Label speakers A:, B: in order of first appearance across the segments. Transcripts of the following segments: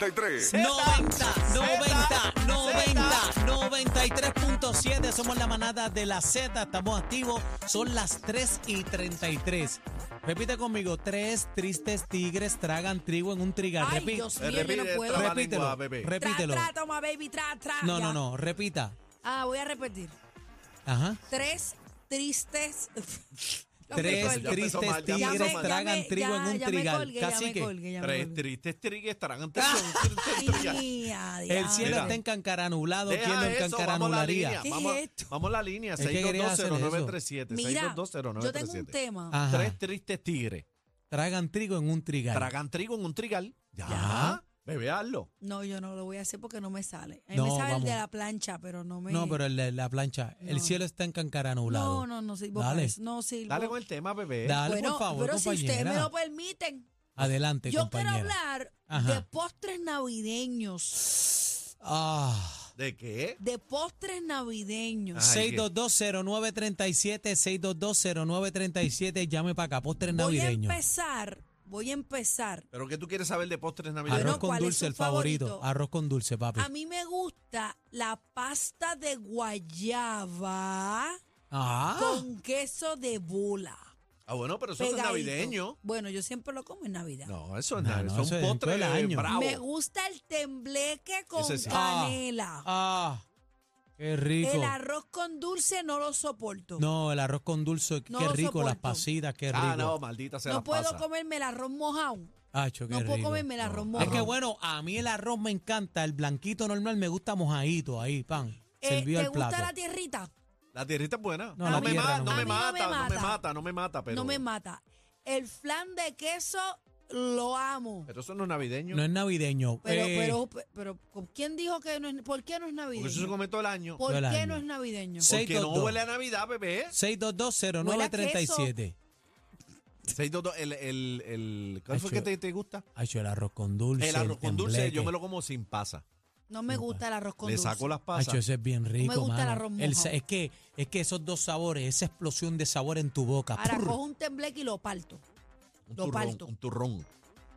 A: Z,
B: 90,
A: Z,
B: 90,
A: Z.
B: 90, 93.7. Somos la manada de la Z. Estamos activos. Son las 3 y 33. Repite conmigo. Tres tristes tigres tragan trigo en un trigal.
A: Ay,
B: Repi-
A: Dios mío, yo no
C: Repite,
A: puedo.
C: traba-
B: repítelo.
C: lengua, bebé.
A: Tra,
B: Repítelo.
A: tra, toma, baby, tra, tra.
B: No,
A: ya.
B: no, no. Repita.
A: Ah, voy a repetir.
B: Ajá.
A: Tres tristes. Ya me
B: Tres
A: colgué.
C: ya empezó
B: tristes
C: mal, ya empezó
B: tigres
C: mal.
B: tragan trigo en un
A: ya me
B: trigal.
A: colgué, ya me
B: Cacique.
A: colgué, ya me
C: Tres
A: colgué.
C: tristes trigues estarán ante
A: Ah.
C: el
A: Mía,
B: El
A: diablo.
B: cielo
C: Mira.
B: está encancaranulado. ¿Quién lo
C: Deja eso, vamos a la línea.
B: encaranularía?
A: ¿Qué
C: Vamos,
A: es esto?
C: vamos a la línea,
B: Es que quería hacer eso.
C: 6220937.
A: Mira, yo tengo un
C: 6220937.
A: tema.
B: Ajá.
C: Tres tristes tigres
B: Tragan trigo en un trigal.
C: tragan trigo en un trigal. Ya,
B: Ya.
C: bebé, hazlo.
A: No, yo no lo voy a hacer porque no me sale. A mí
B: No,
A: me sale el de
B: vamos.
A: la plancha, pero no me.
B: No, pero el de la plancha.
A: No.
B: El cielo está encancaranulado.
A: No, no, no sirvo
B: Dale.
A: para eso. No sirvo.
C: Dale con el tema, bebé.
B: Dale,
A: bueno,
B: por favor,
A: pero si
B: compañera.
A: ustedes me lo permiten,
B: Adelante,
A: yo
B: compañera.
A: quiero hablar de
B: Ajá.
A: postres navideños.
B: Ah.
C: ¿De qué?
A: de postres navideños.
C: Ajá. Ay, qué-
B: 6220937, 6220937, llame para acá, postres
A: voy
B: Ah, navideños.
A: a empezar, voy a empezar.
C: ¿Pero qué tú quieres saber de postres
B: Arroz
C: navideños?
A: Bueno,
B: con
A: ¿cuál es
B: dulce,
A: su
B: el favorito?
A: favorito?
B: Arroz con dulce, papi.
A: A mí me gusta la pasta de guayaba
B: Ah,
A: con queso de bola.
C: Ah, bueno, pero eso no es
A: Pegadito.
C: navideño.
A: Bueno, yo siempre lo como en Navidad.
C: No, eso es
B: No,
C: navideño.
B: no,
C: Eso
B: eso es
C: es un
B: en todo
C: postre eh,
B: el año.
C: bravo.
A: Me gusta el tembleque con
C: Ese sí.
B: Ah,
A: canela.
B: ah, qué rico.
A: el arroz con dulce no lo soporto.
B: no, el arroz con dulce,
A: No
B: qué
A: lo
B: rico, las
A: soporto.
B: pasitas, qué rico.
C: Ah, no, maldita sea
A: No
C: las
A: puedo
C: pasas.
A: comerme el arroz mojado.
B: Acho, qué
A: no puedo
B: rico.
A: comerme el arroz
B: Es
A: mojado.
B: que bueno, a mí el arroz me encanta, el blanquito normal me gusta mojadito ahí, pan,
A: Eh,
B: servido
A: ¿Te
B: al
A: gusta
B: plato.
A: la tierrita?
C: La tierrita es buena.
B: No,
C: No,
B: la
C: me
B: tierra
C: ma-
B: no
C: no me
B: me
A: gusta. A mí no me
C: mata, no me
A: mata.
C: mata, no me mata, pero.
A: No me mata. El flan de queso lo amo.
C: Pero eso no es navideño.
B: No es navideño.
A: Pero,
B: eh,
A: pero, pe- pero, ¿con ¿quién dijo que no es, por qué no es navideño?
C: Porque eso se come todo el año.
A: ¿Por
B: Todo el
A: qué
B: año.
A: no es navideño?
B: Sí.
C: Porque no
B: 622.
C: huele a Navidad, bebé.
B: 6220937.
C: 622, el, el, el, ¿Cuál fue
B: Acho.
C: que te, te gusta?
B: Ay, yo el arroz con dulce.
C: El arroz con dulce,
B: tembleque.
C: yo me lo como sin pasa.
A: No me gusta el arroz con
C: Le
A: dulce.
C: saco las
B: Ay,
C: pasas.
B: yo ese es bien rico,
A: gusta el
B: mano.
A: arroz
B: sa-
A: mojado.
B: es, que, es que esos dos sabores, esa explosión de sabor en tu boca.
A: Ahora
B: ¡prr!
A: cojo un tembleque y lo parto.
C: un
A: lo
C: turrón,
A: parto.
C: un turrón.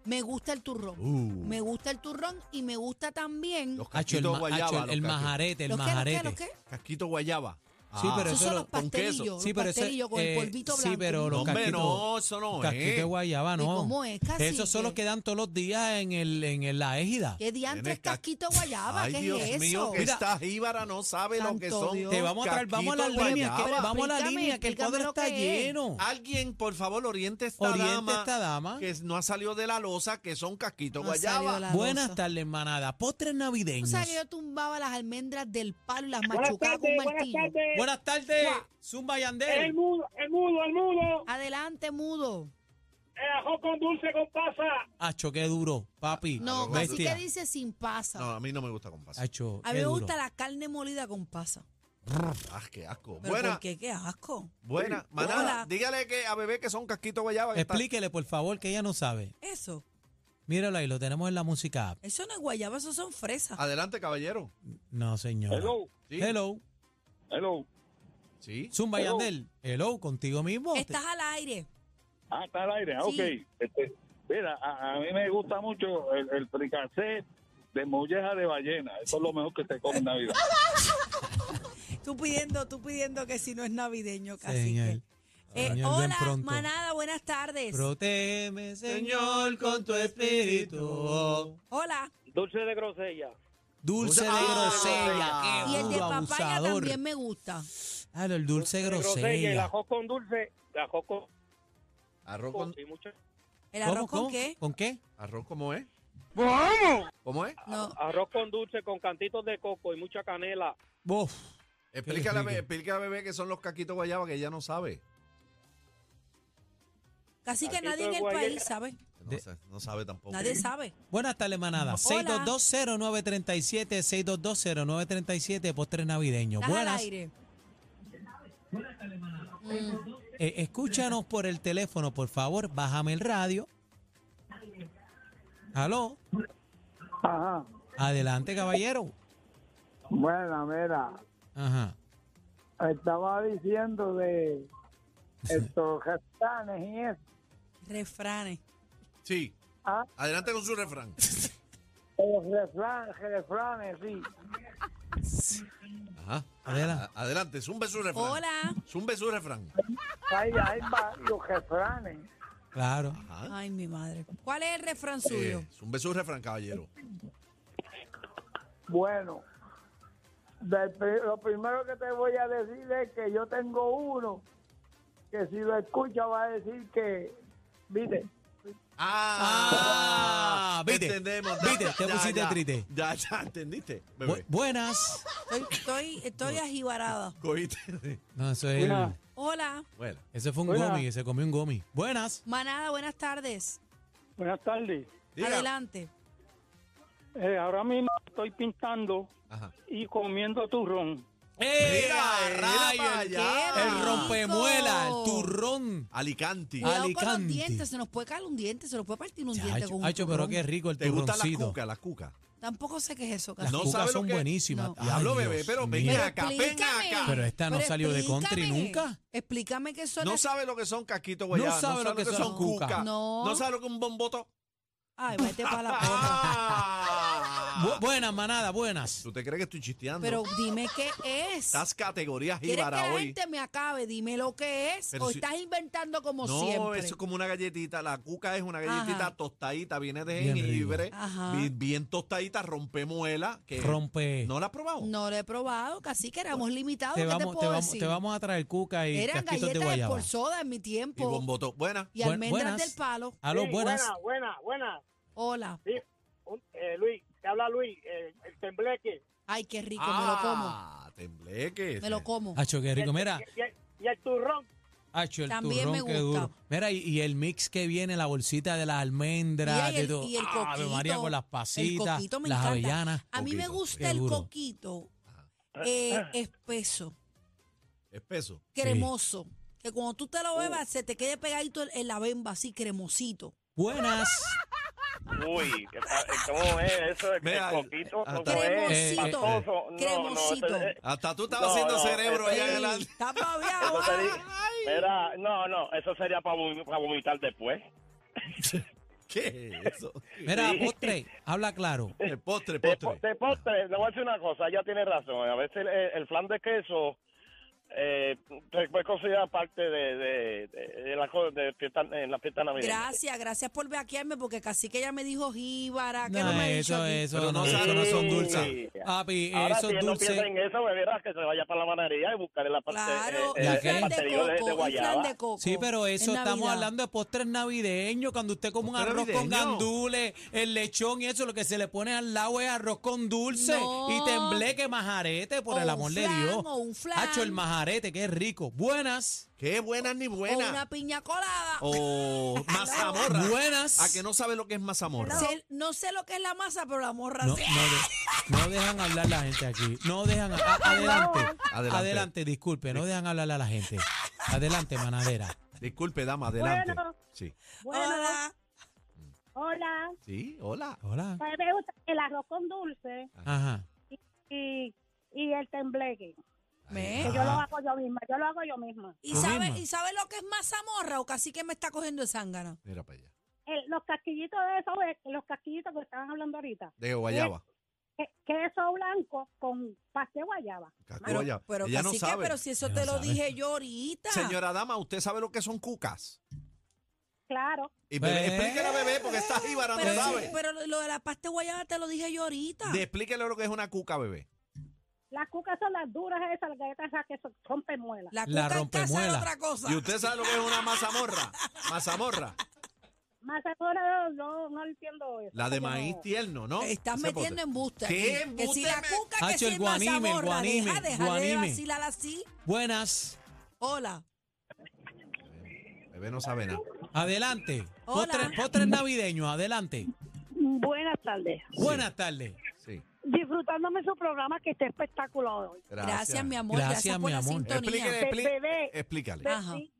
A: Me gusta el turrón.
C: Uh.
A: Me gusta el turrón y me gusta también...
C: Los
B: Acho, el,
C: casquitos
B: ma-
C: guayaba.
B: acho, el-
C: los
B: el
C: casqui-
B: majarete, el
A: ¿Los qué, los qué,
B: majarete.
A: los qué?
C: Casquito guayaba.
B: Sí, pero
A: Esos
B: eso
A: son
B: lo-
A: los
C: con queso.
A: pastelillos,
B: Sí,
A: los
B: pero eso-
A: pastelillos con el
B: eh,
A: polvito
B: sí,
A: blanco.
B: pero los
C: No, hombre,
B: casquitos-
C: no, eso no eh.
B: Casquito de
C: es.
B: guayaba,
A: ¿Y
B: no.
A: cómo es, cacique?
B: Esos son los que dan todos los días en, el, en el- la égida.
A: ¿Qué diantres
C: Tienes ca-
A: casquito guayaba?
C: Ay,
A: ¿Qué
C: Dios
A: es
C: mío,
A: eso?
C: que esta jíbara no sabe lo que
A: Santo
C: son.
A: Dios.
B: Te vamos a traer, vamos a la
C: casquitos
B: línea, que,
C: guayaba.
B: vamos a la
A: explícame,
B: línea, que el cuadro
A: explícame lo
B: está
A: que es.
B: lleno.
C: Alguien, por favor, oriente esta
B: Oriente
C: dama.
B: esta dama.
C: Que no ha salido de la losa, que son casquitos
A: No ha salido
C: guayaba.
A: de la
B: Buenas
A: loza.
B: tardes, manada. Postres
A: ¿Tú
B: navideños.
A: sabes que yo tumbaba las almendras del palo y las
D: Buenas
A: machucaba con
D: tardes,
A: un
D: buenas
A: martillo?
D: tardes.
B: Buenas tardes,
D: Buah.
B: Zumba
D: El
B: Yandel.
D: mudo, el mudo, el mudo.
A: Adelante, mudo.
D: El ajo con dulce con pasa.
B: Acho, qué duro, papi.
A: No, así
B: bestia.
A: que dice sin pasa.
C: No, a mí no me gusta con pasa.
B: Acho,
A: a mí me gusta la carne molida con pasa.
C: Ah, qué asco.
A: Pero
C: Buena,
A: ¿por qué? Qué asco.
C: buena. Manada,
A: Hola.
C: dígale que a bebé que son casquitos guayaba. que está-
B: Explíquele, por favor, que ella no sabe.
A: Eso,
B: Míralo ahí, lo tenemos en la música. app.
A: eso no es guayaba, eso son fresas.
C: Adelante, caballero.
B: No, señor.
D: Hello,
C: Sí.
B: Hello.
D: hello.
C: Sí.
B: Zumba
D: Hello.
B: Yandel. Hello, contigo mismo.
A: Estás al aire.
D: Ah, está al aire. ah,
A: Sí.
D: Ok. Este, mira, a, a mí me gusta mucho el, el fricassé de molleja de ballena. Eso es lo mejor que se come en Navidad.
A: Tú pidiendo, tú pidiendo que si no es navideño, casi. Eh,
B: Señor. Señor, ven
A: hola,
B: pronto.
A: manada, buenas tardes.
B: Protégeme, Señor, con tu espíritu.
A: hola.
D: Dulce de grosella.
B: Dulce de
C: Ah.
B: grosella.
A: Y
B: Qué
A: el de
B: duro,
A: papaya
B: abusador.
A: también me gusta.
B: Ah, el dulce de grosella.
D: con dulce. La ajo con
C: Arroz con.
A: ¿El arroz
B: ¿Cómo,
A: con
B: cómo?
A: qué?
B: ¿Con qué?
C: ¿Arroz cómo es? ¿Cómo es?
A: No.
D: Arroz con dulce con cantitos de coco y mucha canela.
B: Bof.
C: Explícale a,
B: rico.
C: bebé, explícale a bebé que son los casquitos guayaba que ella no sabe.
A: Casi que
D: Aquí
A: nadie en
D: todo
A: el
D: guayera.
A: país sabe.
C: No,
B: De-
C: sa- no sabe tampoco.
A: Nadie sabe.
B: Buenas tardes, manada.
A: Hola.
B: 6220937, 6220937, postre navideño.
A: Estás al
B: Buenas.
A: aire.
B: Eh, escúchanos por el teléfono, por favor. Bájame el radio. Aló.
E: Ajá.
B: Adelante, caballero.
E: Bueno, mira,
B: Ajá.
E: estaba diciendo de estos castanes y eso.
A: Refranes.
C: Sí.
E: Ah,
C: Adelante con su refrán.
E: los refranes, refranes, sí.
C: Ajá.
B: Adelante.
C: A- Adelante, zumbe su refrán.
A: Hola.
C: Zumbe su refrán.
E: Hay, hay varios refranes.
B: Claro.
C: Ajá.
A: Ay, mi madre. ¿Cuál es el refrán suyo?
C: Eh, zumbe su refrán, caballero.
E: Bueno, del pri- lo primero que te voy a decir es que yo tengo uno que si lo escucha va a decir que, viste,
C: Ah,
B: Ah, viste,
C: entendemos.
B: viste, te pusiste
C: ya,
B: triste.
C: Ya, ya, entendiste.
B: Bu-
C: Bebé,
B: buenas.
A: Estoy, estoy, estoy ajibarada.
C: cogiste.
B: No, eso es.
E: Hola.
A: Hola.
C: Bueno,
B: Ese fue un
E: Hola.
B: gomi, se comió un gomi. Buenas.
A: Manada, buenas tardes.
E: buenas tardes. Eh,
C: diga.
A: Adelante.
E: ahora mismo estoy pintando
C: Ajá.
E: y comiendo turrón.
B: ¡Eh,
C: Mira,
B: a
C: mira
B: rayo,
C: pa'
B: el-
C: allá.
A: qué
B: El Ah,
A: rico.
B: rompemuela, el turrón.
C: Alicante.
A: Cuidado con los
B: Alicante.
A: dientes, se nos puede caer un diente, se nos puede partir un diente con
B: Hacho,
A: un
B: hacho, pero
A: turrón.
B: qué rico el
C: ¿Te gustan las
B: turroncito.
C: cucas? Las cucas.
A: Tampoco sé qué es eso,
B: Las
A: casi.
C: No
B: cucas
C: sabe lo
B: son
C: que-
B: buenísimas.
A: No.
B: Ay,
C: Diablo,
B: Dios
C: bebé, pero
B: mío.
C: ven acá, ven
A: explícame.
C: acá.
B: Pero esta no
A: Pero
B: salió de country
A: explícame.
B: nunca.
A: Explícame qué son
C: No
A: las-
C: sabe lo que son casquitos guayados.
B: No sabe lo que son cucas.
A: No.
C: sabe lo que es un bomboto.
A: Ay, vete para la porra.
B: Bu-
C: Ah.
B: buenas, manada, buenas.
C: ¿Tú te crees que estoy chisteando?
A: Pero dime qué es.
C: Estás categorías
A: ¿Quieres que
C: jíbara
A: la
C: hoy.
A: gente me acabe? Dime lo que es.
C: Pero
A: o
C: si-
A: estás inventando como
C: No,
A: siempre.
C: eso es como una galletita. La cuca es una galletita
A: Ajá.
C: tostadita, viene de
B: Bien
C: jengibre,
A: rico. Ajá.
C: bi- bien, tostadita, rompe muela. Que
B: Rompe.
C: ¿No la has probado?
A: No lo he probado, casi Ah, que éramos limitados.
B: Te
A: ¿Qué
B: vamos,
A: te
B: te,
A: puedo
B: vamos,
A: decir?
B: te vamos a traer cuca y
A: Eran
B: casquitos de
A: galletas de
B: guayaba.
A: por soda en mi
C: Y Ah.
A: tiempo.
C: bomboto. Buena.
A: Y,
B: Buen-
A: almendras
B: buenas.
A: del palo.
B: Aló,
F: Sí,
B: buenas.
F: Buena, buena, buena.
A: Hola.
F: Sí, un- eh, Luis, te habla Luis, eh, el tembleque.
A: Ay, qué rico,
C: ah, tembleque.
A: me lo como. Me lo como.
B: Hacho, qué rico. Mira,
F: Y el, y el turrón.
B: Hacho, el
A: También
B: turrón
A: me
B: que
A: gusta.
B: duro. Mira, y, y el mix que viene, la bolsita de las almendras,
A: Y
B: de
A: el-
B: todo.
A: y el
B: Ah, Ave
A: coquito,
B: María con las
A: el
B: pasitas,
A: coquito me
B: las
A: encanta.
B: avellanas.
A: A mí me
C: Coquito,
A: gusta
B: qué
A: el
B: duro.
A: coquito eh, espeso,
C: Espeso.
A: cremoso. Que cuando tú te lo bebas, se te quede pegadito en- en la bemba, así cremosito.
B: Buenas.
F: Uy, que pa- eh, ¿cómo es eso? El,
C: Mira,
F: el coquito,
B: ah,
C: hasta-
F: ¿cómo
B: Eh,
F: es?
A: Cremosito.
F: Pastoso. No,
A: cremosito.
F: No, eso- eh,
C: Hasta tú estabas
F: No,
C: haciendo
F: no,
C: cerebro
F: eso-
C: allá
F: Ey.
C: adelante.
A: Está paviado.
F: eso sería- mira, no, no, eso sería para vomitar después.
C: ¿Qué es eso?
B: Mira, postre, habla claro.
C: El postre,
F: De,
C: postre.
F: po- de postre, le voy a decir una cosa, ella tiene razón. A veces el, el flan de queso eh, se puede considerar parte de, de, de, de la, co- de fiesta, en la fiesta navideña.
A: Gracias, gracias por beaquearme porque casi que ella me dijo jíbara, que no,
B: No,
A: me ha dicho
B: eso,
A: aquí?
B: eso,
C: Pero
B: no,
C: no
B: eso no son
F: sabe.
B: dulces. Papi,
F: Eh, Ahora,
B: esos
F: si él no
B: dulces.
F: piensa en eso, me verás que se vaya para la panadería y buscaré la parte,
A: Claro,
F: eh,
B: ¿la
F: eh,
A: un
B: qué?
F: el
A: flan de
F: pastelillo de, de
A: coco, un flan
F: guayaba.
A: de coco.
B: Sí, pero
A: en
B: eso estamos
A: Navidad.
B: hablando de postres navideños, cuando usted come un
C: Postre
B: arroz con
C: navideño.
B: gandules, el lechón y eso, lo que se le pone al lado es arroz con dulce
A: No.
B: y tembleque majarete, por
A: O
B: el
A: un
B: amor de
A: flan,
B: Dios.
A: o un flan.
B: Hacho, el majarete, qué rico. Buenas,
C: Qué buena ni
A: O una
C: buena.
A: piña colada.
B: Oh.
C: O mazamorra.
B: buenas.
C: A que no sabe lo que es mazamorra.
A: Se- no sé lo que es la masa, pero la morra
B: No,
A: sí.
B: no de- no dejan hablar la gente aquí. No dejan. a- a- adelante, adelante.
C: Adelante.
B: disculpe, no dejan hablar a la gente. Adelante, manadera.
C: Disculpe, dama, adelante.
G: Bueno.
C: Sí.
G: Bueno,
A: Hola.
G: hola.
C: Sí, hola.
B: Hola.
G: A mí me gusta el arroz con dulce
B: Ajá.
G: y, y el tembleque.
A: ¿Ve?
G: Que yo lo
B: Ah.
G: hago yo misma, yo lo hago yo misma.
A: ¿Y
B: Tú
A: sabe,
B: misma.
A: ¿Y sabe lo que es mazamorra o casi que me está cogiendo de zángana?
C: Mira para allá.
G: El- los casquillitos de esos, eh, los casquillitos que estaban hablando ahorita.
C: De guayaba.
G: que- Queso blanco con pastel guayaba.
C: Casco
A: Pero,
C: guayaba.
A: pero
C: Ella no
A: cacique,
C: sabe.
A: pero si eso
B: Ella
A: te
B: no
A: lo
B: sabe.
A: dije yo ahorita.
C: Señora dama, ¿usted sabe lo que son cucas?
G: Claro.
C: Y bebé,
B: Eh.
C: explíquele a bebé porque está jíbara, no
A: pero, sí, pues
C: sabe.
A: pero lo- lo de la pasta guayaba te lo dije yo ahorita.
C: De- explíquele lo que es una cuca, bebé.
G: Las cucas son las duras esas, las galletas esas que son, son pemuelas.
B: La
A: la cuca en casa
B: rompemuela.
A: era otra cosa.
C: ¿Y usted sabe lo que es una mazamorra? Mazamorra.
G: Más seguro no, no entiendo eso.
C: La de
G: Yo no-
C: maíz tierno, ¿no?
A: Estás
C: Ese
A: metiendo
C: postre.
A: embuste.
C: ¿Qué
A: aquí. Que
C: embuste
A: si la
C: me-
A: cuca, que
B: Hacho,
A: si
B: el
A: el
B: guanime, el
A: mazamorra,
B: guanime,
A: deja, deja de
B: guanime.
A: vacilar así.
B: Buenas.
A: Hola.
C: Bebé no sabe nada.
B: Adelante.
A: Hola.
B: Postres, postres navideños, adelante.
G: Buenas tardes.
B: Buenas tardes.
C: Sí.
G: Disfrutándome su programa que está espectacular hoy.
A: Gracias, mi amor. Gracias,
B: Gracias,
A: por
B: mi
A: la
B: amor.
A: sintonía.
C: Explíquele, explí-
G: Bebé.
C: explícale.
G: Pero
A: Ajá.
G: di-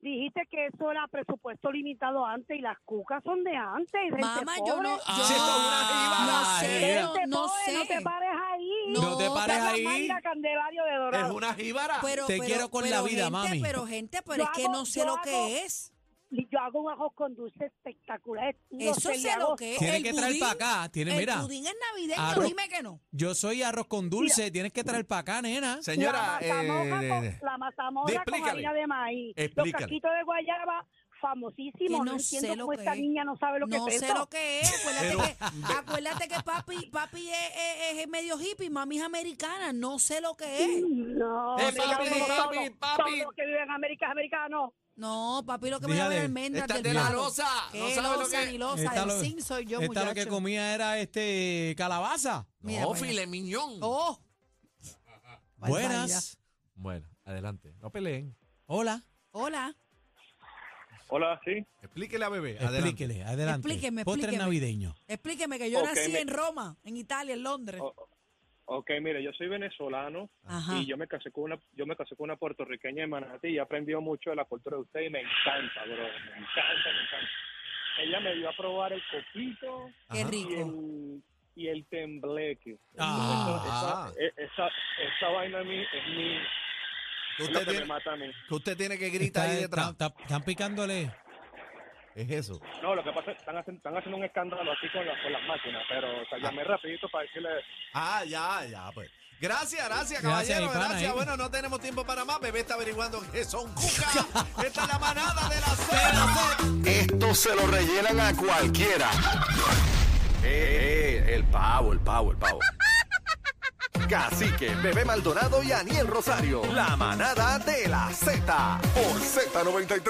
G: Dijiste que eso era presupuesto limitado antes y las cucas son de antes. gente
A: Mamá, yo no.
G: pobre.
A: Yo,
B: Sí, esto es una
A: no
B: jibada,
A: sé,
B: eh.
A: no,
G: Gente
A: no
G: pobre,
A: sé.
G: No te pares ahí.
A: No,
B: No te pares
G: Santa
B: ahí.
G: Magda Candelario de
C: Es
G: Dorado.
C: una jíbara.
A: Pero,
B: Te
A: pero-
B: quiero con
A: pero
B: la vida,
A: gente,
B: mami.
A: Pero gente, pero
G: Yo
A: es que
G: hago-
A: no sé
G: yo
A: lo
G: hago-
A: que es.
G: Y Yo hago un ajo con dulce espectacular. estilo
A: Eso sé lo
G: celíaco.
A: que es.
B: Tiene
A: El
B: que traer
A: pudín-
B: pa' acá, tiene-
A: el
B: mira.
A: pudín es navideño,
B: Arroz.
A: dime que no.
B: Yo soy arroz con dulce, tienes que traer para acá, nena.
C: Señora,
G: la mazamorra,
C: eh,
G: con, la mazamorra con
C: explícale.
G: harina de maíz.
C: Explícale.
G: Los caquitos de guayaba,
A: Que
G: famosísimos.
A: no
G: No,
A: sé
G: entiendo
A: lo
G: cómo
A: que
G: esta
A: es.
G: niña no sabe lo
A: No
G: que es
A: sé
G: eso.
A: lo que es. Acuérdate,
C: Pero-
A: que, acuérdate que papi, papi es, es- es medio hippie, mami es americana. No sé lo que es.
G: No,
C: Eh,
G: mira
C: papi, papi,
G: cómo todos-
C: papi.
G: todos los que viven en América es americano.
A: No, papi lo que me va a
B: Dígale,
A: ver almendras
C: esta
A: del
C: es de la
A: palo.
C: loza, no
A: ¿Qué
C: sabe lo
A: loza
C: que es.
A: ni loza?
B: Esta
A: el
B: lo-
A: zinc soy yo,
B: Esta lo
A: muchacho.
B: que comía era este calabaza.
A: Mira,
C: no,
A: vaya.
C: filet mignon.
A: Oh,
B: Buenas.
C: Bueno, adelante. No peleen.
B: Hola.
A: hola.
F: Hola, sí.
C: Explíquele a bebé. Adelante.
B: Explíquele, adelante.
A: Explíqueme,
B: Postres
A: explíqueme.
B: navideños.
A: Explíqueme que yo
F: Ok,
A: nací
F: me-
A: en Roma, en Italia, en Londres.
F: Oh, Ok, mire, yo soy venezolano
A: Ajá.
F: y yo me casé con una yo me casé con una puertorriqueña de Manatí y he aprendido mucho de la cultura de usted y me encanta, bro. Me encanta, me encanta. Ella me dio a probar el copito
A: Qué
C: Ajá.
F: y
A: rico.
F: el, y el tembleque.
C: Ah.
F: Esa, e- esa, esa vaina a mí es mi
C: Que
F: es lo
C: usted,
F: que me
C: tiene,
F: mata a mí.
C: que usted tiene que
B: Está-
C: gritar ahí detrás.
B: está- está- están picándole.
C: Es eso.
F: No, lo que pasa es que están haciendo, están haciendo un escándalo así con, la- con las máquinas, pero o sea, llamé rapidito para decirle
C: Ah, ya, ya, pues. Gracias, gracias,
B: Gracias,
C: caballero,
B: mi pana,
C: gracias.
B: ¿eh?
C: Bueno, no tenemos tiempo para más. Bebé está averiguando que son cucas. Esta es la manada de la Z.
H: Esto se lo rellenan a cualquiera. Eh, eh, el pavo, el pavo, el pavo. Cacique, Bebé Maldonado y Aniel Rosario. La manada de la Z por Z93.